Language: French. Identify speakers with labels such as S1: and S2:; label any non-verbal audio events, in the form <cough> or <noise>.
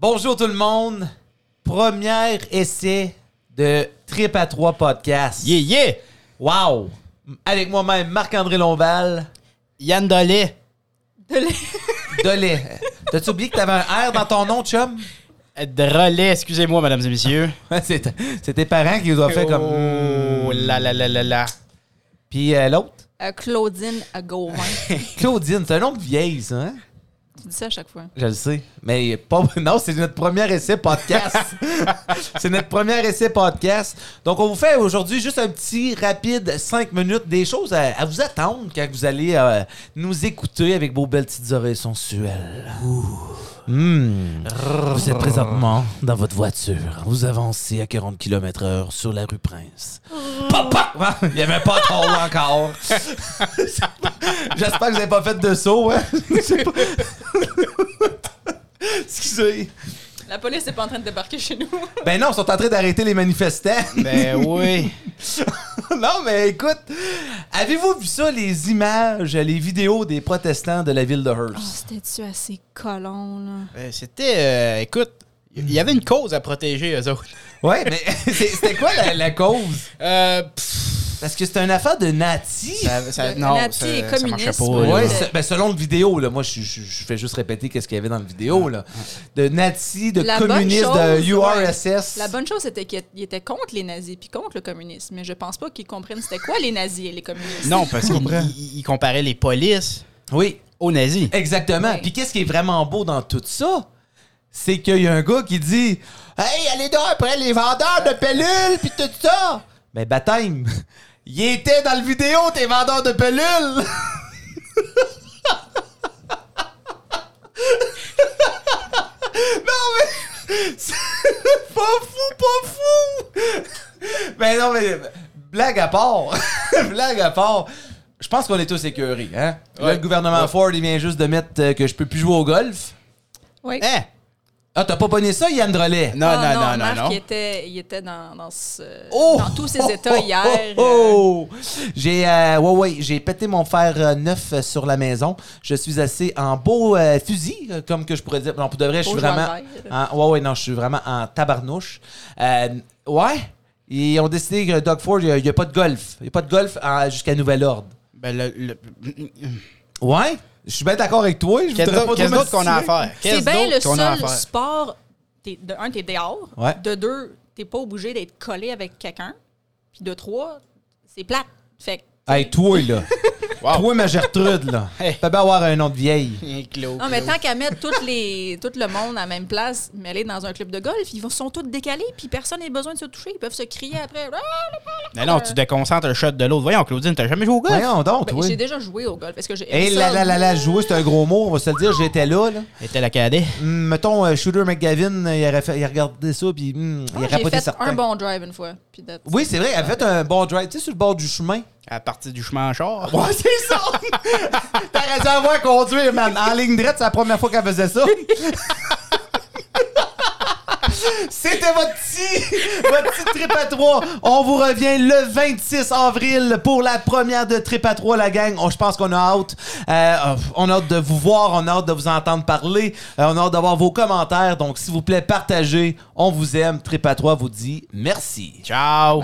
S1: Bonjour tout le monde. Premier essai de Trip à 3 podcast.
S2: Yeah, yeah!
S1: Wow! Avec moi-même, Marc-André Lonval.
S2: Yann Dolé.
S1: <laughs> Dolé. T'as-tu oublié que t'avais un R dans ton nom, chum?
S2: Drolé, excusez-moi, mesdames et messieurs.
S1: Ouais, C'est c'est tes parents qui nous ont fait comme.
S2: Oh là là là là là.
S1: Puis euh, l'autre?
S3: <laughs> Euh, Claudine Gauvin. <laughs>
S1: Claudine, c'est un nom de vieille, ça, hein?
S3: tu dis ça à chaque fois.
S1: Je le sais. Mais pas... <laughs> non, c'est notre premier essai podcast. <laughs> c'est notre premier essai podcast. Donc, on vous fait aujourd'hui juste un petit rapide 5 minutes des choses à, à vous attendre quand vous allez euh, nous écouter avec vos belles petites oreilles sensuelles. Hmm. Vous êtes présentement dans votre voiture. Vous avancez à 40 km/h sur la rue Prince. Papa! <laughs> Il n'y avait pas trop encore. <laughs> J'espère que vous n'avez pas fait de saut. Hein? <laughs> Je sais pas. Excusez.
S3: La police n'est pas en train de débarquer chez <laughs> nous.
S1: Ben non, ils sont en train d'arrêter les manifestants. <laughs>
S2: <laughs> Ben oui.
S1: non, mais écoute, avez-vous vu ça, les images, les vidéos des protestants de la ville de Hearst?
S3: C'était-tu assez colon, là?
S2: Euh, C'était. euh, écoute, il y avait une cause à protéger, eux autres.
S1: Ah. Ouais, mais <laughs> c'est- c'était quoi la, la cause?
S2: Euh, pff,
S1: Parce que c'est une affaire de Nati.
S2: ça, ça-
S3: Le
S2: non,
S3: nazi
S2: ça,
S3: est
S2: ça marchait
S3: communiste,
S2: pas.
S3: ouais.
S2: là.
S1: Ouais, c'est- ben selon le vidéo, là, moi je, je- je fais juste répéter qu'est-ce qu'il y avait dans le vidéo. Là. De Nati, de
S3: La bonne
S1: communiste, de
S3: chose,
S1: URSS.
S3: La bonne chose, c'était qu'il était contre les nazis puis contre le communisme. Mais je pense pas qu'ils comprennent c'était quoi les nazis et les communistes. <laughs>
S2: Non, parce qu'ils comparaient les polices
S1: Oui,
S2: aux nazis.
S1: Exactement.
S3: Ouais.
S1: Puis qu'est-ce qui est vraiment beau dans tout ça? C'est qu'il y a un gars qui dit Hey, allez donc après les vendeurs de pellules puis tout ça! Mais baptême! <laughs> Il était dans le vidéo, tes vendeurs de pellules! <laughs> non, mais. c'est pas fou, pas fou! <laughs> Mais non, mais. Blague à part! <laughs> blague à part! Je pense qu'on est tous écœurés, hein? Là,
S2: Ouais.
S1: le gouvernement Ford, il vient juste de mettre euh, que je peux plus jouer au golf. Eh!
S3: Oui.
S2: Hein?
S1: Ah, t'as pas bonné ça, Yann Drolet?
S2: Non,
S3: Ah,
S2: non, non, non,
S3: Marc,
S2: non.
S3: Il était, il était dans, dans, ce-
S1: Oh!
S3: dans tous ses
S1: Oh,
S3: états
S1: oh,
S3: hier. euh,
S1: oh, oh! J'ai euh, ouais, ouais, j'ai pété mon fer euh, neuf euh, sur la maison. Je suis assez en beau euh, fusil, euh, comme que je pourrais dire. Non, pour de vrai, je
S3: Beau
S1: suis vraiment.
S3: gendarme.
S1: en- ouais, ouais, non, je suis vraiment en tabarnouche. Euh, ouais. Ils ont décidé que Doug Ford, il n'y a, pas de golf. Il n'y a pas de golf euh, jusqu'à nouvel ordre.
S2: Ben, le- le-
S1: Ouais. Je suis bien d'accord avec toi. Je
S2: Qu'est-ce
S1: voudrais pas
S2: d'autre- qu'est-ce
S1: trop
S2: d'autre qu'on a à
S1: m'assister.
S2: faire?
S3: C'est
S2: Qu'est-ce
S3: bien
S2: d'autre
S3: le
S2: qu'on a à
S3: seul
S2: faire?
S3: sport. t'es- de un, t'es dehors.
S1: Ouais.
S3: De deux, t'es pas obligé d'être collé avec quelqu'un. Puis de trois, c'est plate. Fait que
S1: Hey, toi, là.
S2: Wow.
S1: Toi, ma Gertrude, là.
S2: Hey.
S1: Peut bien avoir un nom de vieille.
S2: Hein, Claude,
S3: Non, mais
S2: Claude.
S3: tant qu'à mettre toutes les, <laughs> tout le monde à la même place, mais aller dans un club de golf, ils vont- sont tous décalés, puis personne n'a besoin de se toucher. Ils peuvent se crier après. Ah!
S2: Mais non, tu déconcentres un shot de l'autre. Voyons, Claudine, t'as jamais joué au golf?
S1: Voyons donc,
S3: Ben,
S1: toi.
S3: J'ai déjà joué au golf. Parce que j'ai aimé
S1: Hey,
S3: ça.
S1: la, la, la, la, jouer, c'est un gros mot, on va se le dire, j'étais là, là.
S2: Était la cadet.
S1: Hum, mettons, euh, Shooter McGavin, euh, il, aurait fait- il regardait ça, puis hum,
S3: Ah,
S1: il
S3: j'ai
S1: rapotait
S3: fait
S1: certains.
S3: un bon Ah. drive une fois. Puis that's-
S1: Oui, c'est vrai, elle a fait un bon drive, tu sais, sur le bord du chemin.
S2: À partir du chemin en char.
S1: <laughs> Ouais, c'est ça! T'as raison à voir conduire, man. En ligne droite, c'est la première fois qu'elle faisait ça. <laughs> C'était votre petit, votre petit trip à trois. On vous revient le 26 avril pour la première de trip à trois, la gang. On- Je pense qu'on a hâte. Euh, on a hâte de vous voir, on a hâte de vous entendre parler, euh, on a hâte d'avoir vos commentaires. Donc, s'il vous plaît, partagez. On vous aime. Trip à trois vous dit merci.
S2: Ciao!